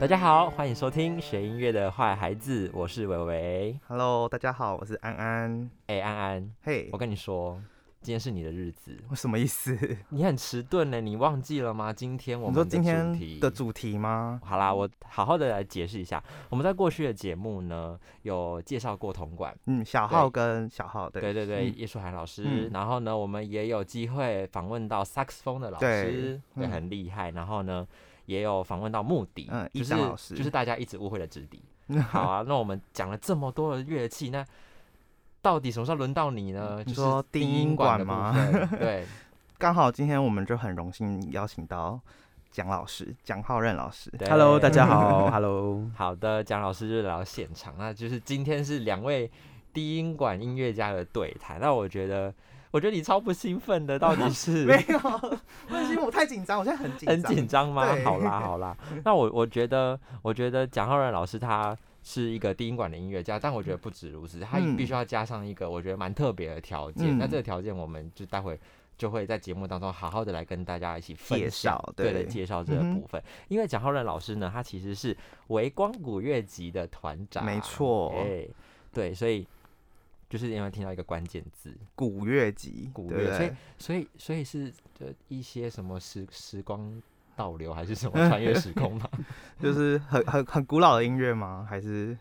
大家好，欢迎收听学音乐的坏孩子，我是伟伟。 Hello，大家好，我是安安。哎、安安，嘿、我跟你说，今天是你的日子，我什么意思？你很迟钝呢，你忘记了吗？今天 我你说们的今主天题的主题吗？好啦，我好好的来解释一下，我们在过去的节目呢有介绍过铜管。嗯，小号跟小号，对对对对，嗯叶树涵老师。嗯然后呢，我们也有机会访问到萨克斯风的老师，对对，嗯很厉害。然后呢，也有访问到木笛，嗯就一是张老师就是大家一直误会的直笛。 好啊，那我们讲了这么多的乐器，那到底什么时候轮到你呢？你就是说低低音音管管的部吗分？对，刚好今天我们就很荣幸邀请到蒋老师，蒋浩任老师。对 Hello，大家好，Hello， 好的，蒋老师就来到现场，那就是今天是两位低音管音乐家的对谈。那我觉得，我觉得你超不兴奋的，到底是 没有，不是因为我太紧张，我现在很紧张，很紧张吗？对好啦好 啦，那我我觉得，我觉得蒋浩然老师他是一个低音管的音乐家，但我觉得不止如此，他嗯必须要加上一个我觉得蛮特别的条件。嗯那这个条件，我们就待会。就会在节目当中好好的来跟大家一起分介享绍对对嗯的介绍这个部分，因为蒋浩然老师呢，他其实是维光谷乐集的团长，没错哎，对，所以就是因为听到一个关键字，古乐集，古对不乐所以 对所以，所以是呃一些什么时时光倒流，还是什么穿越时空嘛？就是很很很古老的音乐吗？还是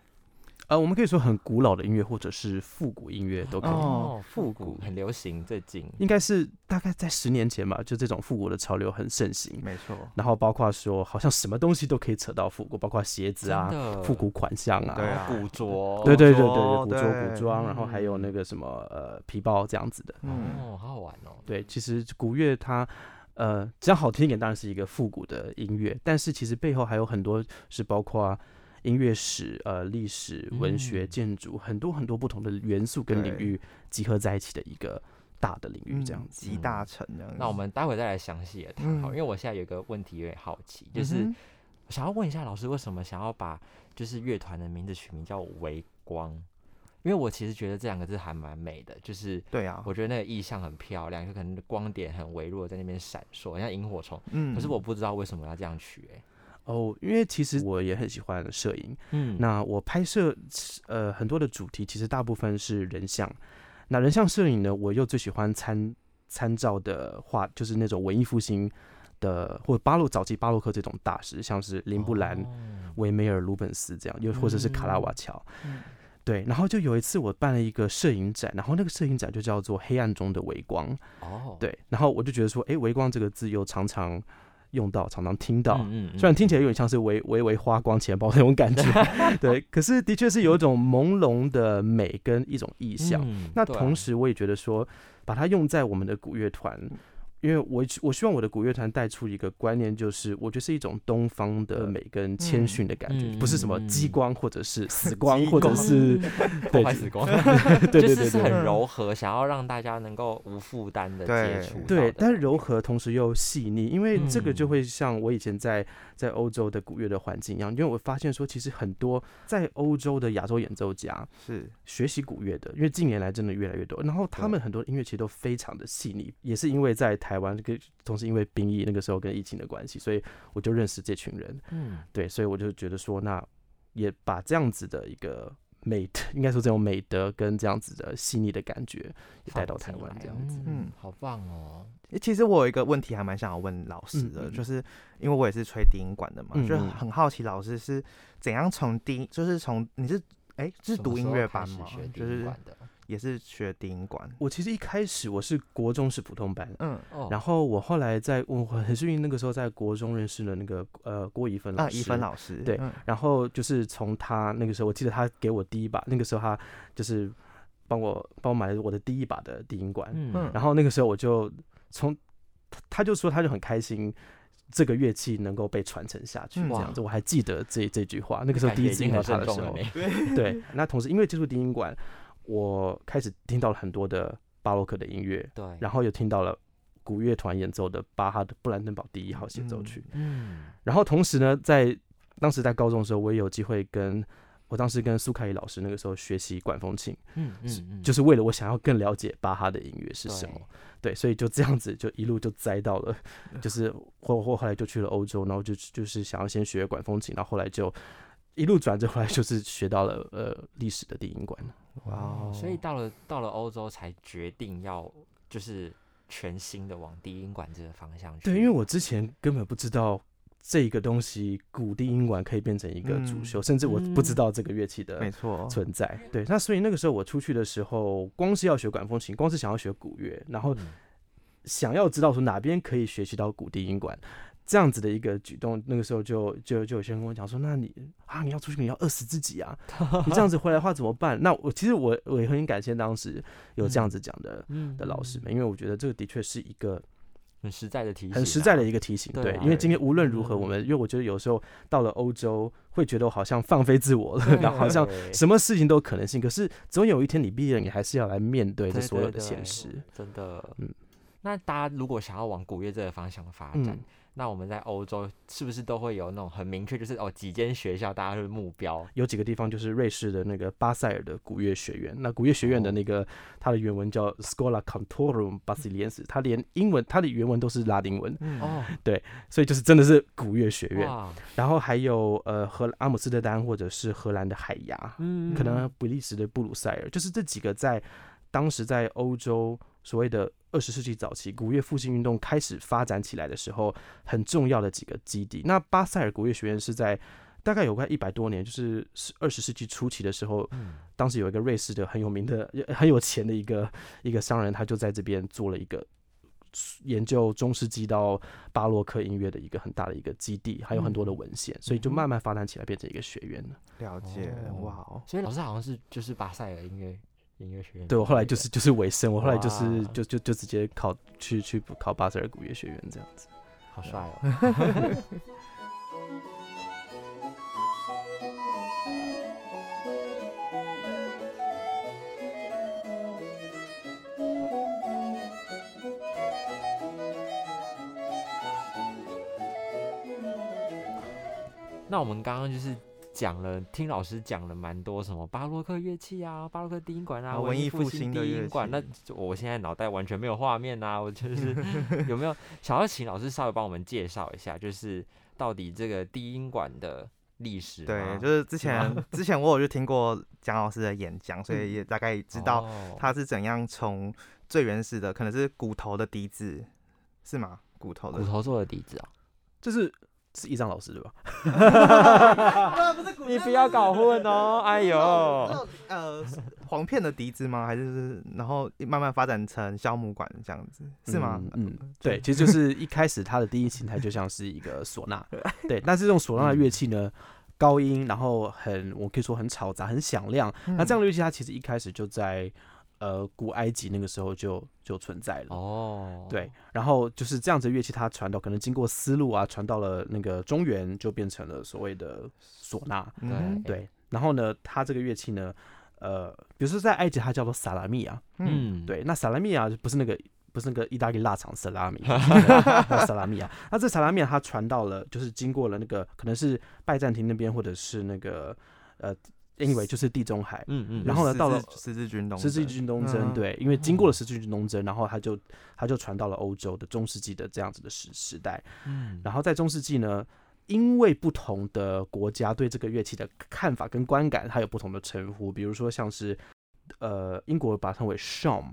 呃，我们可以说很古老的音乐或者是复古音乐 都可以，哦复复古古很流行，最近应该是大概在十年前吧，就这种复古的潮流很盛行。没哦错，然后包括说，好像什么东西都可以扯到复古，包括鞋子啊、复古款项啊，对啊古着，对对对对古着对，古着对古装，然后还有嗯那个什么呃皮包这样子的。嗯，哦，好好玩哦。对，其实古乐它呃讲好听一点，当然是一个复古的音乐，但是其实背后还有很多是包括音乐史、呃历史、文学、嗯建筑很多很多不同的元素跟领对域集合在一起的一个大的领域，这样子。嗯集大成这样子。那我们待会再来详细的谈好，嗯因为我现在有一个问题有点好奇，就是嗯想要问一下老师，为什么想要把就是乐团的名字取名叫微光？因为我其实觉得这两个字还蛮美的，就是哼对哦啊，我觉得那个意象很漂亮，就可能光点很微弱在那边闪烁，像萤火虫。嗯可是我不知道为什么要这样取、欸，哦，因为其实我也很喜欢摄影，嗯那我拍摄呃很多的主题，其实大部分是人像。那人像摄影呢，我又最喜欢参参照的画，就是那种文艺复兴的或巴洛早期巴洛克这种大师，像是林布兰、哦维梅尔、鲁本斯这样，又或者是卡拉瓦乔。嗯对，然后就有一次我办了一个摄影展，然后那个摄影展就叫做《黑暗中的微光》。哦，对，然后我就觉得说，诶，微光这个字又常常用到，常常听到。嗯嗯啊虽然听起来有点像是微微微花光钱包那 种感觉，对，可是的确是有一种朦胧的美跟一种意象。嗯那对啊 同时，我也觉得说，把它用在我们的古乐团，因为我我希望我的古乐团带出一个观念，就是我觉得是一种东方的对美跟谦嗯逊的感觉，嗯不是什么激嗯光或者是死激 光，或者光是破 对坏就时光，就对对是对是对。很柔和，想要让大家能够无负担的接对触到的。对，但是柔和同时又细腻，因为这个就嗯会像我以前在在欧洲的古乐的环境一样，因为我发现说，其实很多在欧洲的亚洲演奏家，是学习古乐的，因为近年来真的越来越多。然后他们很多音乐其实都非常的细腻，也是因为在台湾跟同时因为兵役那个时候跟疫情的关系，所以我就认识这群人。嗯，对，所以我就觉得说，那也把这样子的一个美德，应该说这种美德跟这样子的细腻的感觉，也带到放台进湾来这样子。嗯嗯，好棒哦，欸其实我有一个问题还蛮想要问老师嗯的，嗯嗯就是因为我也是吹低音管的嘛，嗯就是嗯很好奇老师是怎样从低，就是从你是哎、是什么读时音候乐开班始吗学？低就音是管的也是学低音管，我其实一开始我是国中是普通班，嗯哦，然后我后来在我很幸运那个时候在国中认识了那个呃郭怡芬老啊，师，一芬老师，对嗯然后就是从他那个时候，我记得他给我第一把，那个时候他就是帮我帮我买了我的第一把的低音管，嗯嗯然后那个时候我就从他他就说他就很开心。这个乐器能够被传承下去，嗯这哇样子我还记得这这句话。那个时候感第觉一已次经听到很他慎的重时了候呢，，对， 那同时因为接触低音管，我开始听到了很多的巴洛克的音乐，对，然后后又听到了古乐团演奏的巴哈的布兰登堡第一号协奏嗯曲，嗯，然后同时呢，在当时在高中的时候，我也有机会跟我当时跟苏凯伊老师那个时候学习管风琴，嗯嗯嗯，就是为了我想要更了解巴哈的音乐是什么对。对，所以就这样子就一路就栽到了，就是或或后来就去了欧洲，然后就就是想要先学管风琴，然后后来就一路转着后来就是学到了呃历史的低音管。哇哦，所以到了到了欧洲才决定要就是全新的往低音管这个方向去。对，因为我之前根本不知道这个东西古低音管可以变成一个主修，甚至我不知道这个乐器嗯的没错，存在。对，那所以那个时候我出去的时候，光是要学管风琴，光是想要学古乐，然后嗯想要知道说哪边可以学习到古低音管。这样子的一个举动，那个时候就就就有些人跟我讲说，那你啊，你要出去，你要饿死自己 啊！你这样子回来的话怎么办？那我其实我我也很感谢当时有这样子讲的、嗯的老师们，因为我觉得这个的确是一个很实在的提醒啊，很实在的一个提醒，对对啊，因为今天无论如何，嗯我们因为我觉得有时候到了欧洲，会觉得我好像放飞自我了，然后好像对什么事情都有可能性，可是总有一天你毕业，你还是要来面对这对所有对的对现实。真的。嗯那大家如果想要往古乐这个方向发展，嗯，那我们在欧洲是不是都会有那种很明确，就是哦几间学校大家的目标？有几个地方就是瑞士的那个巴塞尔的古乐学院，那古乐学院哦的那个它的原文叫 Scola Cantorum Basiliensis，它连英文它的原文都是拉丁文，嗯哦，所以就是真的是古乐学院。哇，然后还有呃荷阿姆斯特丹或者是荷兰的海牙，嗯可能比利时的布鲁塞尔，就是这几个在当时在欧洲所谓的二十世纪早期古乐复兴运动开始发展起来的时候，很重要的几个基地。那巴塞尔古乐学院是在大概有快一百多年，就是二十世纪初期的时候，嗯当时有一个瑞士的很有名的、很有钱的一个一个商人，他就在这边做了一个研究中世纪到巴洛克音乐的一个很大的一个基地，还有很嗯多的文献，所以就慢慢发展起来，变成一个学院了。了解，哦哇哦，所以老师好像是就是巴塞尔音乐音乐学院。对我后来就。是就是尾声，我后来就是哇就就就直接考去去考巴塞尔古乐学院这样子。好帅哦！ 那我们刚刚就是讲了，听老师讲了蛮多什么巴洛克乐器啊、巴洛克低音管啊、啊文艺艺复兴兴低的乐音管。那器就我现在脑袋完全没有画面啊，我就是 有没有想要请老师稍微帮我们介绍一下，就是到底这个低音管的历史对吗？，就是之前之前我有去听过蒋老师的演讲，所嗯以也大概知道哦他是怎样从最原始的可能是骨头的笛子，是吗？骨头的骨头做的笛子啊、就是是一张老师对吧？啊你不要搞混 哦！哎呦，哦，呃，是簧片的笛子吗？还是然后慢慢发展成箫木管这样子，是吗？嗯，嗯对，其实就是一开始它的第一形态就像是一个唢呐，对，但是这种唢呐的乐器呢，高音，然后很，我可以说很嘈杂，很响亮。嗯那这样的乐器它其实一开始就在呃古埃及那个时候就就存在了。哦， 对，然后就是这样子的乐器，它传到可能经过丝路啊，传到了那个中原，就变成了所谓的唢呐。对嗯，对，然后呢，它这个乐器呢，呃，比如说在埃及，它叫做萨拉米啊，嗯，嗯，对，那萨拉米亚不是那个不是那个意大利腊肠萨拉米，叫萨拉米亚。那这萨拉米亚它传到了，就是经过了那个可能是拜占庭那边，或者是那个呃，anyway 就是地中海，嗯，嗯嗯，然后呢十到了字十字军东十字征军东征，嗯对，因为经过了十字军东征，然后它就它就传到了欧洲的中世纪的这样子的时时代。嗯，然后在中世纪呢，因为不同的国家对这个乐器的看法跟观感，它有不同的称呼，比如说像是呃英国人把它称为 sham，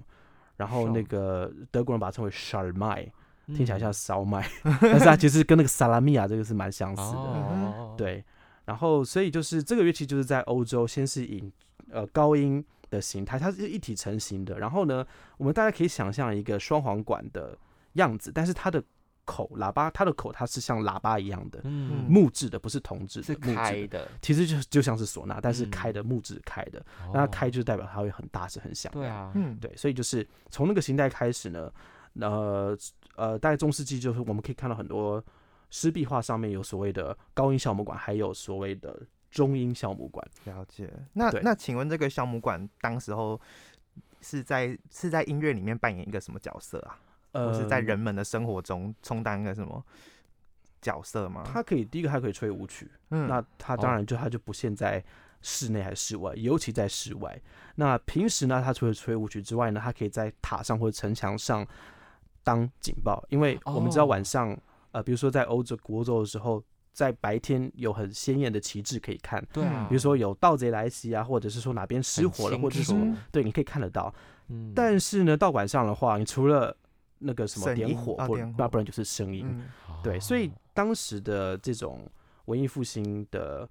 然后 Shawm 那个德国人把它称为 sharmai，嗯听起来像烧麦， 但是它其实跟那个萨拉米亚这个是蛮相似的，哦，对。然后所以就是这个乐器就是在欧洲先是以呃高音。的形态，它是一体成型的。然后呢，我们大家可以想象一个双簧管的样子，但是它的口喇叭，它的口它是像喇叭一样的，嗯，嗯木质的，不是铜制的，是木开质的。的，其实就就像是唢呐，但是嗯开的木质开的，那它哦开就代表它会很大声很响。对，啊，嗯，对，所以就是从那个形态开始呢，呃呃，大概中世纪就是我们可以看到很多湿壁画上面有所谓的高音酵母管，还有所谓的中音酵母管。嗯了解。那对那请问这个箫木管当时候是在是在音乐里面扮演一个什么角色啊？呃，或是在人们的生活中充当一个什么角色吗？它可以第一个它可以吹舞曲，嗯那它哦当然就它就不限在室内还是室外，尤其在室外。那平时呢，它除了吹舞曲之外呢，它可以在塔上或者城墙上当警报，因为我哦们知道晚上，呃，比如说在欧洲、国洲的时候，在白天有很鲜艳的旗帜可以看，对啊，比如说有盗贼来袭啊，或者是说哪边失火了，很或者是清说楚对，你可以看得到。嗯，但是呢，到晚上的话，你除了那个什么声点音火，啊不点那火不然就是声音。嗯，对，所以哦当时的这种文艺复兴的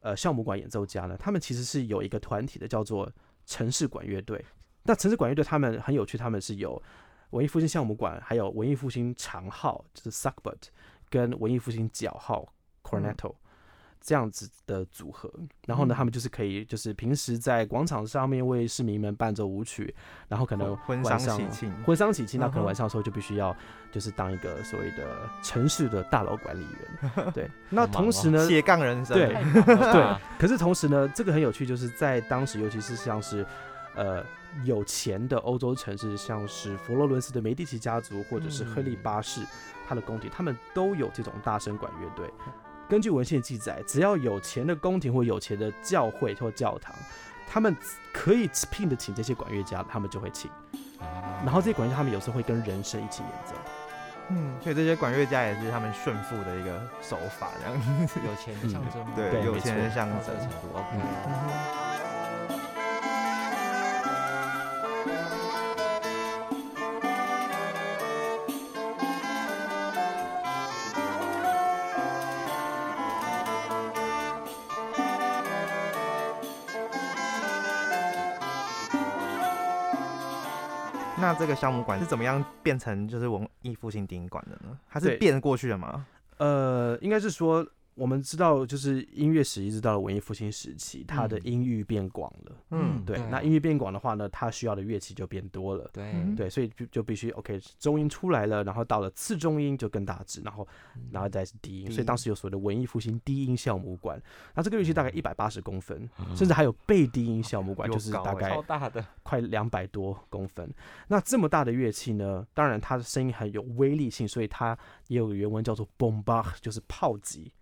呃校姆管演奏家呢，他们其实是有一个团体的，叫做城市管乐队。那城市管乐队他们很有趣，他们是有文艺复兴校姆管，还有文艺复兴长号，就是 s u c k b e r t 跟文艺复兴角号嗯 cornetto、这样子的组合。然后呢，他们就是可以，就是平时在广场上面为市民们伴奏舞曲，然后可能婚晚丧上喜庆，婚丧喜庆，那嗯可能哼晚上的时候就必须要就是当一个所谓的城市的大楼管理 员。对，那同时呢，斜杠人生，对对对，可是同时呢，这个很有趣，就是在当时，尤其是像是呃有钱的欧洲城市，像是佛罗伦斯的梅第奇家族，或者是亨利嗯八世他的宫廷，他们都有这种大声管乐队。根据文献记载，只要有钱的宫廷或有钱的教会或教堂，他们可以聘得请这些管乐家，他们就会请。然后这些管乐家他们有时候会跟人声一起演奏。嗯，所以这些管乐家也是他们炫富的一个手法，这样 子，有钱的象征吗，对嗯对有没钱人象到这征个。程嗯度，OK，那这个项目馆是怎么样变成就是文艺复兴顶馆的呢？它是对变过去的吗？呃，应该是说，我们知道，就是音乐史一直到了文艺复兴时期，它的嗯音域变广了。嗯对，对啊那音域变广的话呢，它需要的乐器就变多了。对嗯对，所以就就必须 OK，中音出来了，然后到了次中音就更大致，然后然后再是低音，低所以当音时有所谓的文艺复兴低音酵母管，然后这个乐器大概一百八十公分，嗯甚至还有倍低音酵母管，有就是高大欸概超大的，快两百多公分。那这么大的乐器呢，当然它的声音很有威力性，所以它也有个原文叫做 bombach，就是炮击，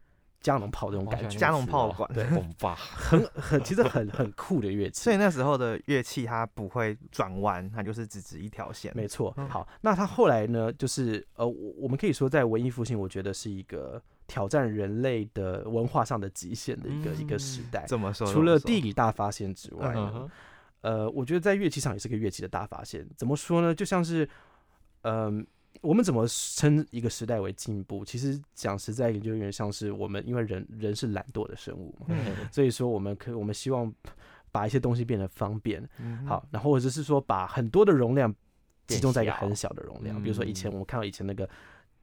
加农炮这种好感喜欢觉，用加农词炮哦管 对，bomb 吧，很很其实很很酷的乐器。所以那时候的乐器它不会转弯，它就是只指一条线。没错嗯。好，那他后来呢，就是呃，我我们可以说，在文艺复兴，我觉得是一个挑战人类的文化上的极限的一个、一个时代。怎嗯么说？除了怎么地说，理大发现之外呢嗯哼呃，我觉得在乐器上也是个乐器的大发现。怎么说呢？就像是，嗯、我们怎么称一个时代为进步？其实讲实在一点，就有点像是我们，因为人人是懒惰的生物嘛，嗯所以说我们可我们希望把一些东西变得方便，嗯好，，然后或者是说把很多的容量集变中在一个很小小的容量，比如说以前嗯我们看到以前那个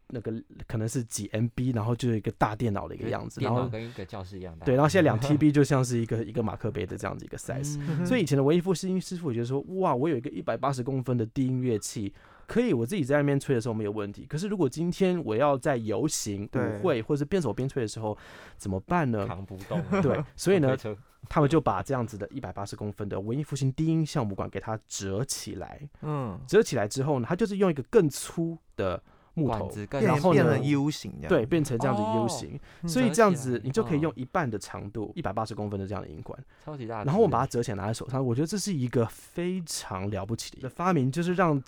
那个可能是几 MB，然后就有一个大电脑的一个就样子，电然脑后跟一个教室一样大，对，然后现在 两 TB 就像是一个一个马克杯的这样子一个 size，、嗯所以以前的文艺复兴师傅也觉得说，哇，我有一个一百八十公分的低音乐器。可以，我自己在那边吹的时候没有问题。可是如果今天我要在游行、对舞会或者是边走边吹的时候，怎么办呢？扛不动， 对，所以呢推，车，他们就把这样子的一百八十公分的文艺复兴低音酵母管给它折起来，嗯，折起来之后呢，它就是用一个更粗的木管头，子更变然成后变呢成 U 型这样。对，变成这样子 U 哦型，嗯所以折这样起子来你就可以用嗯一半的长度，一百八十公分的这样的音管，超级大只，然后我把它折起来拿在手上，我觉得这是一个非常了不起的一个发明，就是让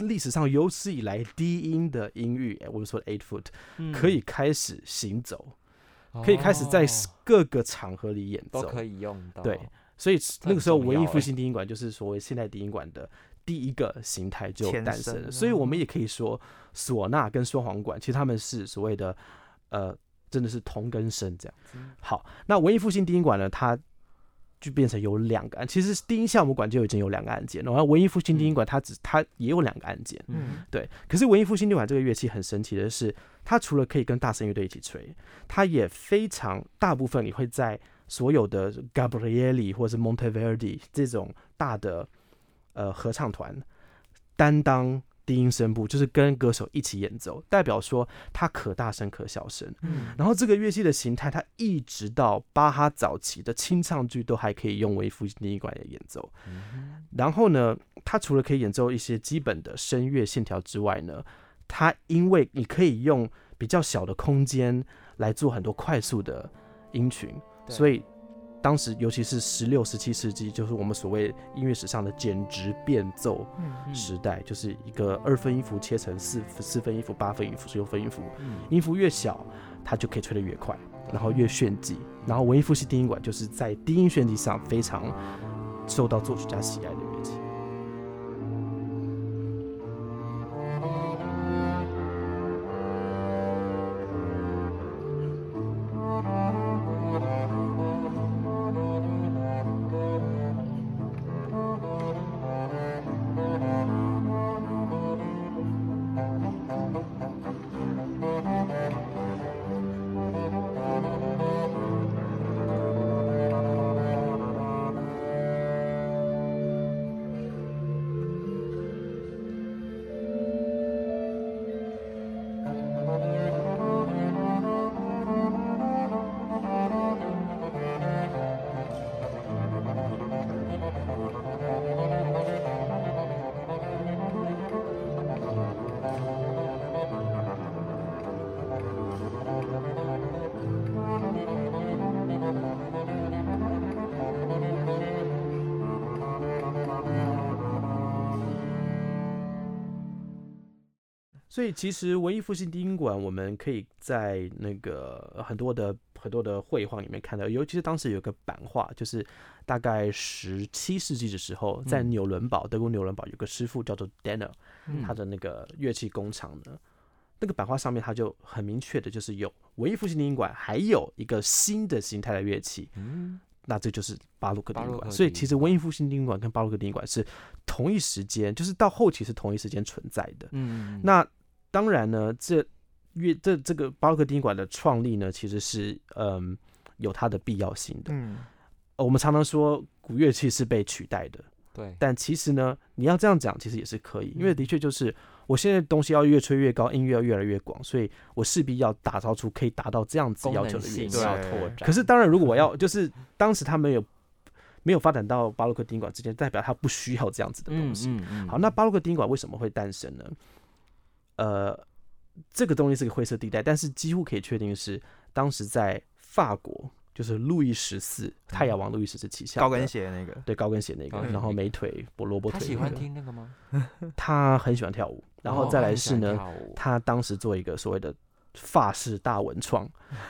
历史上有史以来低音的音域，哎我们说的 eight foot 嗯可以开始行走，可以开始在哦各个场合里演都奏。可以用到，对所以那个时候很重文艺要复欸兴低音管就是所谓现代低音管的第一个形态就前诞身生了。啊的所以我们也可以说，唢呐跟双簧管其实他们是所谓的呃，真的是同根生这样。嗯好，那文艺复兴低音管呢，它就变成有两个按，其实低音酵母管就已经有两个按键，然后文艺复兴低音管它只它也有两个按键。嗯，对，可是文艺复兴六管这个乐器很神奇的是，它除了可以跟大声乐队一起吹，它也非常大部分你会在所有的 Gabrieli 或是 Monteverdi 这种大的呃合唱团担当低音声部，就是跟歌手一起演奏，代表说它可大声可小声。嗯，然后这个乐器的形态，它一直到巴哈早期的清唱剧都还可以用为复兴第一管来演奏。然后呢，它除了可以演奏一些基本的声乐线条之外呢，它因为你可以用比较小的空间来做很多快速的音群，对所以当时尤其是十六、十七世纪，就是我们所谓音乐史上的简直变奏嗯，时代，就是一个二分音符切成四四分音符、八分音符、十六分音符，嗯音符越小，它就可以吹得越快，然后越炫技。然后文艺复兴低音管就是在低音炫技上非常受到作曲家喜爱的乐器。所以其实文艺复兴低音管，我们可以在那个呃很多的很多的绘画里面看到，尤其是当时有个版画，就是大概十七世纪的时候，在嗯纽伦堡，德国纽伦堡有个师傅叫做 Danner，他的那个乐器工厂呢，那个版画上面他就很明确的就是有文艺复兴低音管，还有一个新的形态的乐器，嗯那这就是巴洛克低巴音洛管。克所以低其音实文艺复兴低音管跟巴洛克低音管是同一时间，就是到后期是同一时间存在的。嗯那当然呢，这乐这这个巴洛克低音管的创立呢，其实是嗯有它的必要性的。嗯，呃我们常常说古乐器是被取代的，对，但其实呢，你要这样讲，其实也是可以，嗯因为的确就是我现在东西要越吹越高，音乐要越来越广，所以我势必要打造出可以达到这样子功要能求的乐性器。要对拓展，可是当然，如果我要就是当时他们有没有发展到巴洛克低音管之间，代表他不需要这样子的东西。嗯嗯好，那巴洛克低音管为什么会诞生呢？呃，这个东西是个灰色地带，但是几乎可以确定是当时在法国，就是路易十嗯四太阳王路易十四旗下高跟的鞋那个，对高跟鞋那个高，跟鞋然后那个美腿、菠萝卜他腿、喜欢，听那个吗？他很喜欢跳舞，然后哦再他来很喜是欢呢，跳舞他当时做一个所谓的法式大文创，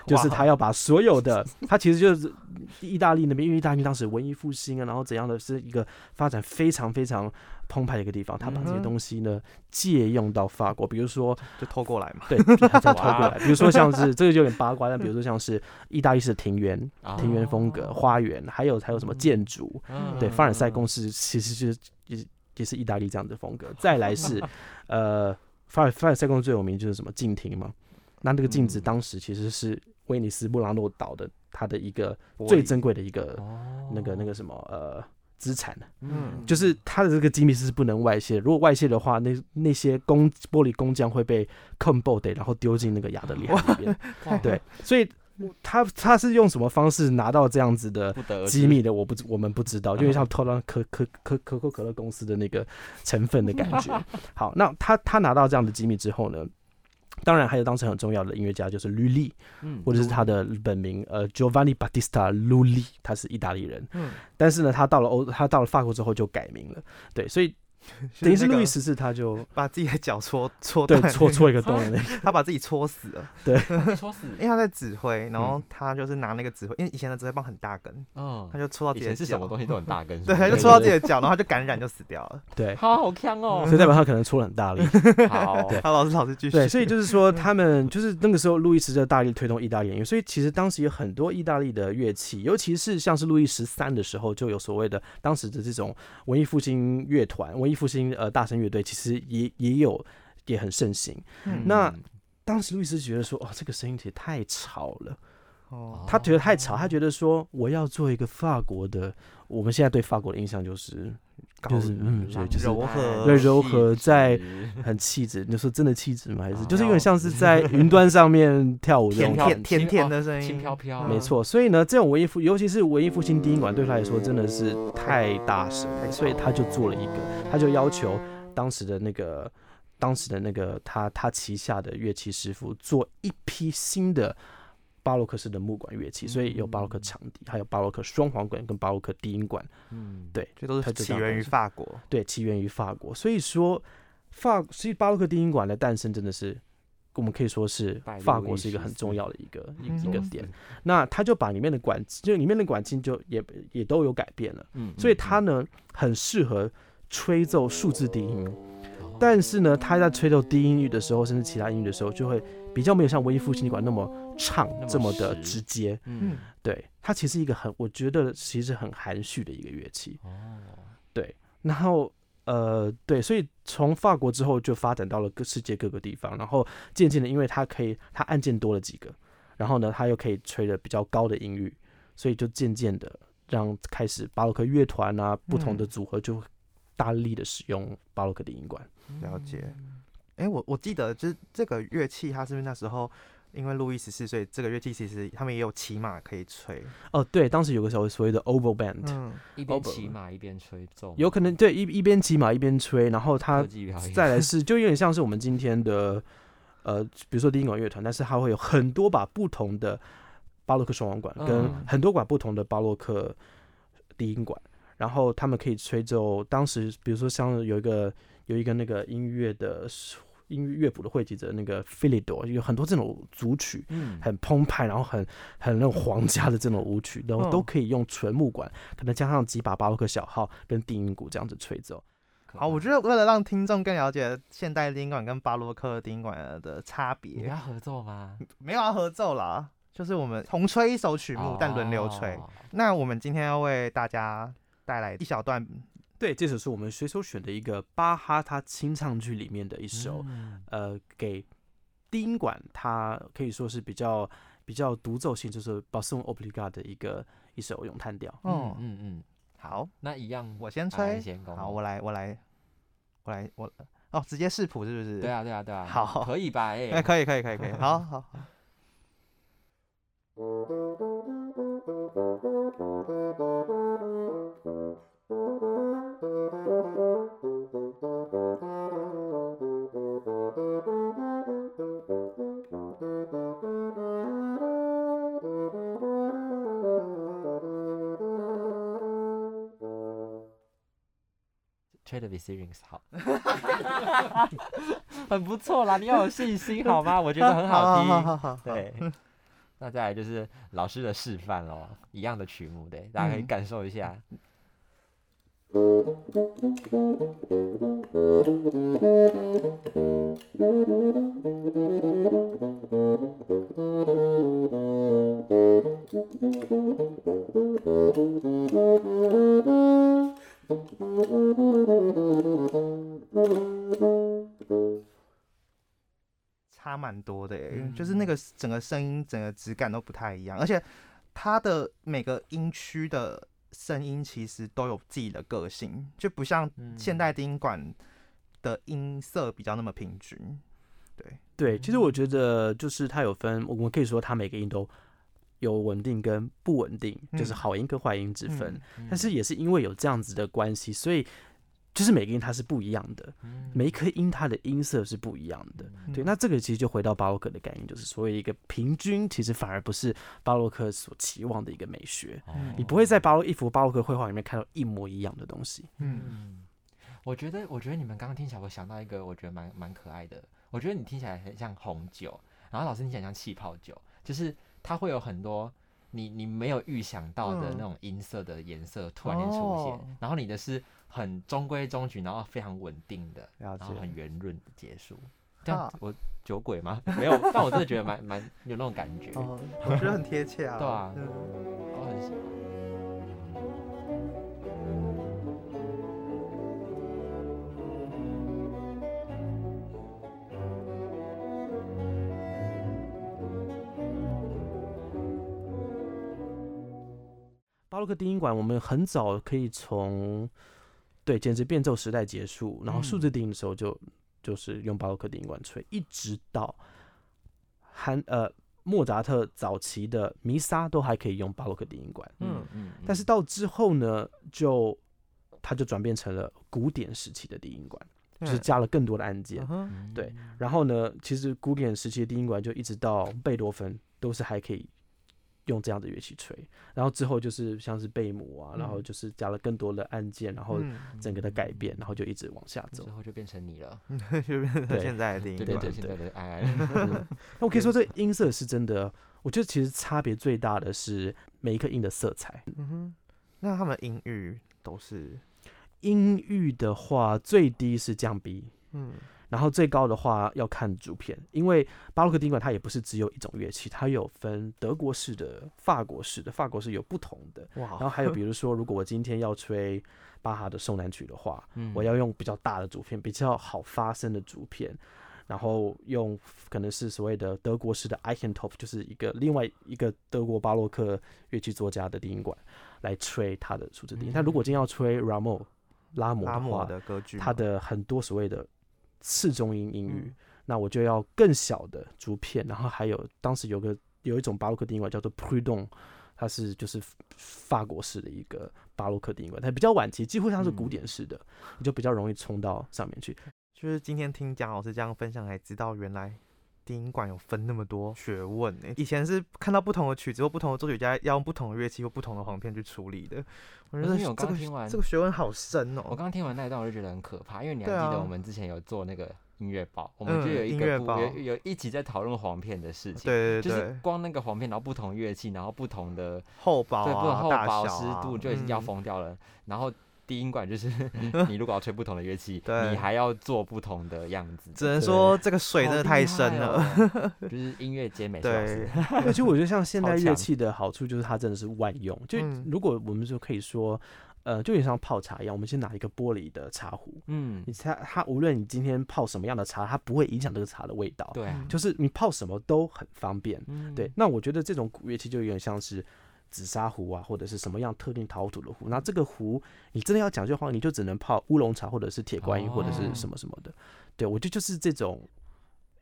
就是哇他要把所有的， 他其实就是意大利那边，因为意大利当时文艺复兴啊，然后怎样的是一个发展非常非常澎湃的一个地方，他把嗯这些哼东西呢借用到法国，比 如说就偷过来嘛。对，他再偷过哇来，比如说像是这个有点八卦，但比如说像是意大利式的庭园、啊庭园风格、花园，还有还有什么建筑，嗯对，凡尔赛宫嗯是其实就是也也是意大利这样的风格。再来 是，呃，凡尔凡尔赛宫最有名就是什么镜亭嘛，那那个镜子嗯当时其实是威尼斯布朗诺岛的它的一个玻 璃最珍贵的一个哦那个那个什么呃资产，嗯就是它的这个机密是不能外泄，如果外泄的话，那那些工玻璃工匠会被 c o m b o d 然后丢进那个亚得里海里面，哇对，所以。他他是用什么方式拿到这样子的不得而机知密的我不知我们不知道，嗯因为像偷到可可可可口可乐公司的那个成分的感觉。好，那他他拿到这样的机密之后呢，当然还有当时很重要的音乐家就是吕利，嗯或者是他的本名呃 Giovanni Battista Lully，他是意大利人，嗯，但是呢，他到了欧他到了法国之后就改名了，对，所以等于等于是是路路易易斯十四他就。把自己的脚 戳戳对断，戳戳一个洞的那个， 他把自己戳死了。被 戳死，因为他在指挥，然嗯后他就是拿那个指挥，因为以前的指挥棒很大根，嗯他，就戳到自以己的前脚。是什么东西都很大 根，是对， 不他是就戳到自己的脚，然后他就感染就死掉了。对， 好好看哦 所，以代表他可能出了很大力。好，对好，老师，老师继续。 对，所以就是说，他们就是那个时候，路易十在大力推动意大利音乐，所以其实当时有很多意大利的乐器，尤其是像是路易十三的时候，就有所谓的当时的这种文艺复兴乐团、文艺复兴呃大声乐队，其实也也有也很盛行。嗯那当时路易十觉得说，哦，这个声音其实太吵了，哦，他觉得太吵，他觉得说我要做一个法国的，我们现在对法国的印象就是就是嗯，对，就是柔和对柔和在天很气质，你说真的气质吗？还是啊就是有要点像是在云端上面跳舞这甜种飘感觉甜甜甜的声轻音，飘飘，没错，所以呢，这种文艺复，尤其是文艺复兴低音管，对他来说真的是太大声了，所以他就做了一个，他就要求当时的那个，当时的那个他他旗下的乐器师傅做一批新的巴洛克式的木管乐器，所以有巴洛克长笛，还有巴洛克双簧管跟巴洛克低音管。嗯，对这都它是就起这样源于东西法国。对，起源于法国，所以说法所以巴洛克低音管的诞生真的是。我们可以说是拜法路国易是一个十很四重要的一个一嗯一个嗯点，那他就把里面的管就里面的管径就也也都有改变了，嗯，嗯所以它，呢很适合吹奏数字低音，嗯但是呢，他在吹奏低音域的时候，甚至其他音域的时候，就会比较没有像文艺复兴管那么唱那么这么的实直接。嗯，对，它其实一个很，我觉得其实很含蓄的一个乐嗯器。哦，然后呃，对，所以从法国之后就发展到了各世界各个地方，然后渐渐的，因为它可以，它按键多了几个，然后呢，它又可以吹的比较高的音域，所以就渐渐的让开始巴洛克乐团啊，不同的嗯组合就大力的使用巴洛克的音管。嗯了解。哎、我我记得就是这个乐器，它是不是那时候因为路易十四，所以这个乐器其实他们也有骑马可以吹。哦，对，当时有个所谓所谓的 oval band，、嗯，一边 Oboe 骑马一边吹奏吗，有可能对一一边骑马一边吹，然后他科技表演，再来是就有点像是我们今天的呃，比如说低音管乐团，但是它会有很多把不同的巴洛克双簧管跟嗯很多管不同的巴洛克低音管，然后他们可以吹奏当时比如说像有一个有一个那个音乐的音乐乐谱的汇集者那个 f i l i d o 有很多这种组曲，嗯，很澎湃，然后很很那种皇家的这种舞曲，然后都嗯可以用纯木管，可能加上几把巴洛克小号跟定音鼓这样子吹奏。可好，我怕觉得为了让听众更了解现代低音管跟巴洛克低音管的差你们别要，合作吗？没有要合奏啦，就是我们同吹一首曲目，但轮流吹。哦那我们今天要为大家带来一小段，嗯对，这首是我们随手选的一个巴哈他清唱剧里面的一首，嗯呃，给低音管，它可以说是比较比较独奏性，就是 basson obliga 的一个一首咏叹调。嗯，嗯嗯嗯，好，那一样，我先阿兰吹，先嗯攻好，我来，我来，我来，我哦，直接视谱是不是？对，啊对啊对啊，好可以吧？哎哎、，可以，可以，可以， 可以，好好。好吹的比 Sirings 好， 很不错啦，你要有信心好吗？我觉得很 好好听。好 好好对， 那再来就是老师的示范咯，一样的曲目，对，大家可以嗯感受一下。嗯嗯差蛮多的耶、欸就是那个整个声音、整个质感都不太一样，而且它的每个音区的声音其实都有自己的个性，就不像嗯现代低音管的音色比较那么平均。对，对，其实我觉得嗯就是它有分，我们可以说它每个音都有稳定跟不稳定，就是嗯好音跟坏音之分。嗯但是也是因为有这样子的关系，所以就是每个音它是不一样的，嗯每一颗音它的音色是不一样的。对，那这个其实就回到巴洛克的概念，就是所谓一个平均，其实反而不是巴洛克所期望的一个美学。哦你不会在巴洛一幅巴洛克绘画里面看到一模一样的东西。嗯，嗯，我觉得，我觉得你们刚刚听起来，我想到一个我觉得蛮蛮可爱的。我觉得你听起来很像红酒，然后老师你想像气泡酒，就是它会有很多你你没有预想到的那嗯种音色的颜色突然间出现，哦然后你的是很中规中矩，然后非常稳定的，了然后解。哦很圆润的结束。这样啊我酒鬼吗？ 没有，但我真的觉得蛮蛮有那种感觉，我、哦，我觉得很贴切啊。对啊嗯很喜欢。巴洛克低音管，我们很早可以从对简直变奏时代结束，然后数字低音的时候就、就是用巴洛克低音管吹，一直到韩呃莫扎特早期的弥撒都还可以用巴洛克低音管，嗯嗯，但是嗯到之后呢，就它就转变成了古典时期的低音管，就是加了更多的按键嗯。哼嗯对然后呢，其实古典时期的低音管就一直到贝多芬都是还可以用这样的乐器吹。然后之后就是像是贝母啊，然后嗯就是加了更多的按键，然后嗯，整个的改变，然后就一直往下之走。后就变成你了， 就变成对现在的电对影对吧。对，对现在对的爱爱，嗯那我可以说，这音色是真的，我觉得其实差别最大的是每一颗音的色彩。嗯哼，那他们音域都是，音域的话，最低是降 B，嗯然后最高的话要看主片，因为巴洛克定管它也不是只有一种乐器，它有分德国式的、法国式的，法国是有不同的。哇，嗯然然后 还有比如说，如果我今天要吹巴哈的受难曲的话，嗯我要用比较大的竹片，比较好发声的竹片，然后用可能是所谓的德国式的 i c a n t o p 就是一个另外一个德国巴洛克乐器作家的低音管来吹他的数字低音。但如果今天要吹 Ramo 拉姆拉的姆啊话，的歌剧嘛，它的很多所谓的次中音音域，嗯那我就要更小的竹片，然后还有当时有个有一种巴洛克定音管叫做 Prudon，它是就是法国式的一个巴洛克定音管，它比较晚期，几乎像是古嗯典式的，你就比较容易冲到上面去。就是今天听蒋老师这样分享，才知道原来低音管有分那么多学问呢、以前是看到不同的曲子或不同的作曲家要用不同的乐器或不同的簧片去处理的。我觉而得且我这刚个听完这个学问好深哦、我刚听完那一段，我就觉得很可怕，因为你还对记得啊我们之前有做那个音乐报，我们就嗯有一音个乐部报有有一集在讨论簧片的事情，对对就对，是光那个簧片，然后不同乐器，然后不同的厚薄对不同啊、厚大小薄、啊、湿度就已经要嗯疯掉了，然后。低音管就是 你如果要吹不同的乐器，对你还要做不同的样子，只能对说这个水真好的厉太害深了。 哦，就是音乐节美术老对师，，而且我觉得像现超代乐强器的好处就是它真的是万用，就嗯如果我们就可以说，呃，就有点像泡茶一样，我们先拿一个玻璃的茶壶。嗯你，它它无论你今天泡什么样的茶，它不会影响这个茶的味道。对啊，就是你泡什么都很方便。嗯对，，那我觉得这种古乐器就有点像是紫砂壶啊，或者是什么样特定陶土的壶。那这个壶你真的要讲究的话，你就只能泡乌龙茶，或者是铁观哦音，或者是什么什么的。对我觉得就是这种。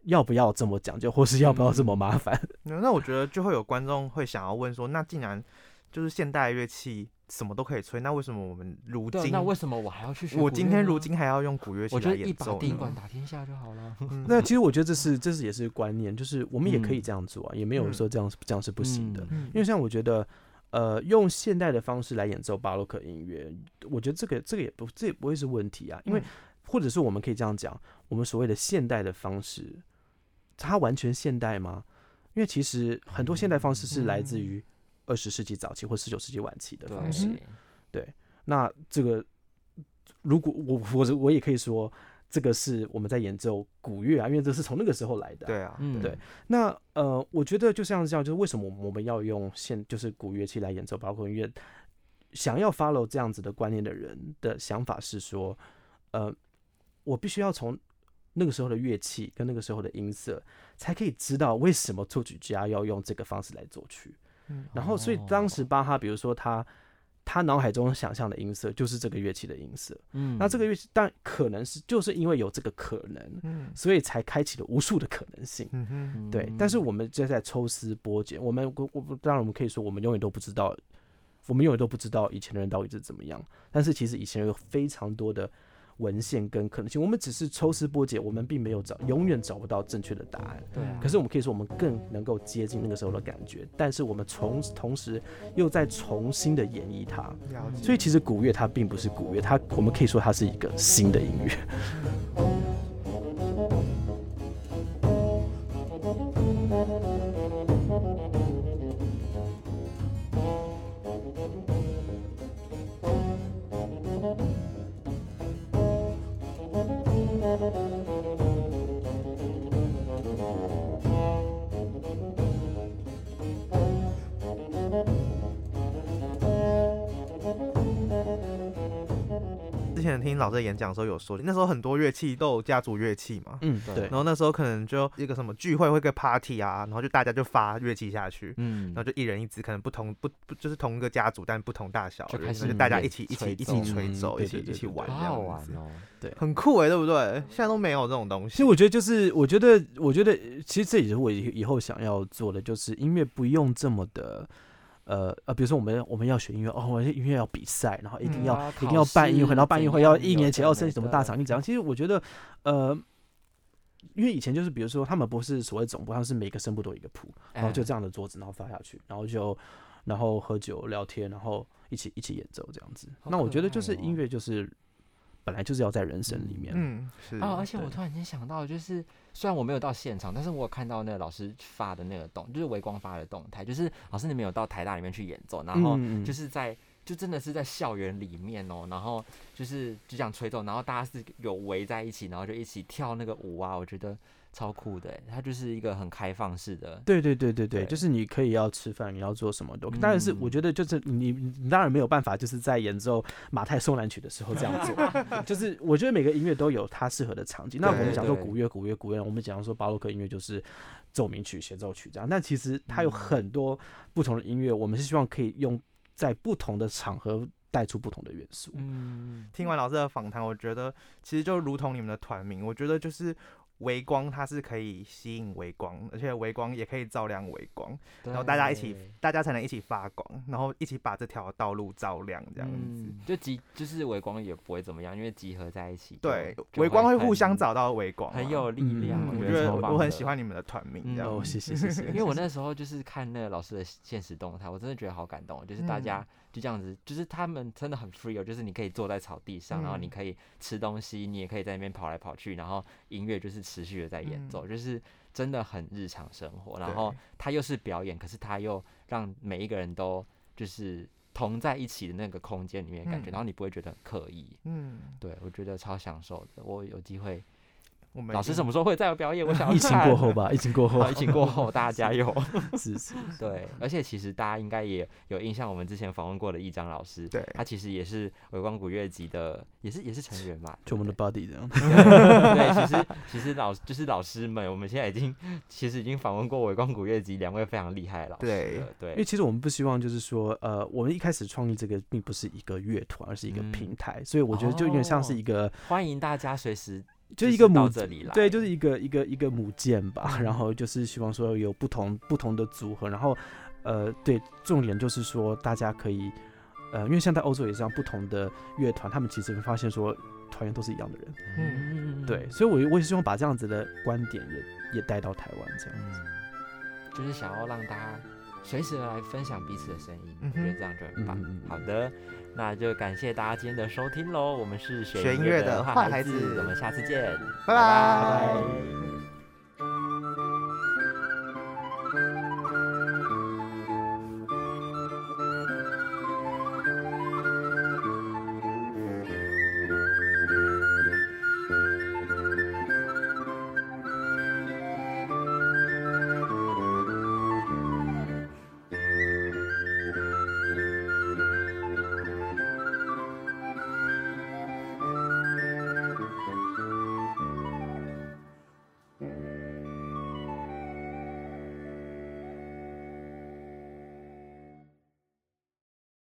要不要这么讲究，或是要不要这么麻 烦？那那我觉得就会有观众会想要问说，那既然就是现代乐器什么都可以吹，那为什么我们如对啊，今那为什么我还要去学古乐呢？我今天如今还要用古乐器我觉来得一演把奏定音呢？管 打天下就好了。嗯那其实我觉得这是这是也是观念，就是我们也可以嗯这样做啊，也没有说这样这样是不行的。嗯因为像我觉得，呃，用现代的方式来演奏巴洛克音乐，我觉得这个这个也不这也不会是问题啊，因为、嗯或者是我们可以这样讲，我们所谓的现代的方式，它完全现代吗？因为其实很多现代方式是来自嗯于二十世纪早期或十九世纪晚期的方式。对，那这个，如果我我我也可以说，这个是我们在演奏古乐啊，因为这是从那个时候来的啊、对啊，嗯对，那呃，我觉得就像这样，就是为什么我们要用现就是古乐器来演奏包括音乐？想要 follow 这样子的观念的人的想法是说，呃，我必须要从那个时候的乐器跟那个时候的音色，才可以知道为什么作曲家要用这个方式来作曲。嗯然后，所以当时巴哈，比如说他他脑海中想象的音色就是这个乐器的音色，嗯那这个乐器但可能是就是因为有这个可能，嗯所以才开启了无数的可能性。嗯哼，对，但是我们就在抽丝剥茧，我们我我当然我们可以说，我们永远都不知道，我们永远都不知道以前的人到底是怎么样。但是其实以前有非常多的文献跟可能性，我们只是抽丝剥茧，我们并没有找，永远找不到正确的答案。对啊，可是我们可以说，我们更能够接近那个时候的感觉，但是我们重同时又在重新的演绎它。了解。所以其实古乐它并不是古乐，它我们可以说它是一个新的音乐。之前听老师的演讲的时候有说，那时候很多乐器都有家族乐器嘛，嗯，对对然。后那时候可能就一个什么聚会会个 party 啊，然后就大家就发乐器下去，嗯然后，就一人一支，可能不同不不就是同一个家族，但不同大小的就乐器，开那始就大家演一起一起吹一奏起吹嗯奏，对一起对一对起对玩，好好玩，哦，很酷哎，对不对？现在都没有这种东其实西。我觉得就是，我觉得，我觉得，其实这也是我以以后想要做的，就是音乐不用这么的，呃呃，比如说我们我们要学音乐，哦，我音乐要比赛，然后一定嗯要、啊一定要办音乐会，然后办音乐会要一年前要申请什么大考赏，试你怎怎样有的样？没的其实我觉得，呃，因为以前就是比如说他们不是所谓总部，他们是每个声部都有一个谱，然后就哎这样的桌子，然后发下去，然后就然后喝酒聊天，然后一起一起演奏这样子。好那我可觉得爱就是音哦乐就是本来就是要在人生里面，嗯，是哦，而且对我突然间想到，就是虽然我没有到现场，但是我有看到那个老师发的那个动，就是微光发的动态，就是老师你们有到台大里面去演奏，然后嗯嗯就是在就真的是在校园里面哦，然后就是就这样吹奏，然后大家是有围在一起，然后就一起跳那个舞啊，我觉得超酷的欸，它就是一个很开放式的，对对对对对，对就是你可以要吃饭，你要做什么都，当然是我嗯觉得就是你你当然没有办法，就是在演奏马太受难曲的时候这样 做，就是我觉得每个音乐都有它适合的场景。那我们对讲说对古乐，古乐，古乐，我们讲说巴洛克音乐就是奏鸣曲、协奏曲这样，但其实它有嗯很多不同的音乐，我们是希望可以用在不同的场合带出不同的元素。嗯，听完老师的访谈，我觉得其实就如同你们的团名，我觉得就是微光，它是可以吸引微光，而且微光也可以照亮微光，然后大家一起对大家才能一起发光，然后一起把这条道路照亮，这样子。嗯，就集就是微光也不会怎么样，因为集合在一起就，对，就微光会互很相找到微光、啊很。有力嗯量，嗯我我觉觉得得超我棒我很的喜欢你们的团名，这嗯样哦，子谢谢谢谢，因为我那时候就是看那个老师的现实动态，我真的觉得好感动哦，就是大嗯家就这样子，就是他们真的很 free 哦，就是你可以坐在草地上，然后你嗯可以吃东西，你也可以在那边跑来跑去，然后音乐就是持续的在演奏，就是真的很日常生活。然后嗯对他又是表演，可是他又让每一个人都就是同在一起的那个空间里面的感觉，嗯然后你不会觉得很刻意。嗯，对，我觉得超享受的。我有机会，我们老师已什么时候会再有表演？我想要 疫情看过后吧，疫情过后 好，疫情过后， 大家加油。是是， 对，而且其实大家应该也有印象，我们之前访问过的一张老师，对他其实也是微光古乐集的，也是也是成员嘛，就我们的 body 这样。对， 其实其实老就是老师们，我们现在已经其实已经访问过微光古乐集两位非常厉害的老师了，对，因为其实我们不希望就是说，呃，我们一开始创立这个并不是一个乐团，而是一个嗯平台，所以我觉得就有点像是一个，欢迎大家随时就是一就个是到母，这里来，对，就是一个一个一个母舰吧。嗯然后就是希望说有不同不同的组合，然后，呃，对，重点就是说大家可以，呃，因为像在欧洲也是这样，不同的乐团，他们其实会发现说团员都是一样的人，嗯对，所以我也我也希望把这样子的观点也也带到台湾这样。嗯，就是想要让大家随时来分享彼此的声音，嗯我觉得哼这样就很棒。嗯嗯嗯好的，那就感谢大家今天的收听喽，我们是学音乐的坏坏孩孩子我们下次见，拜拜拜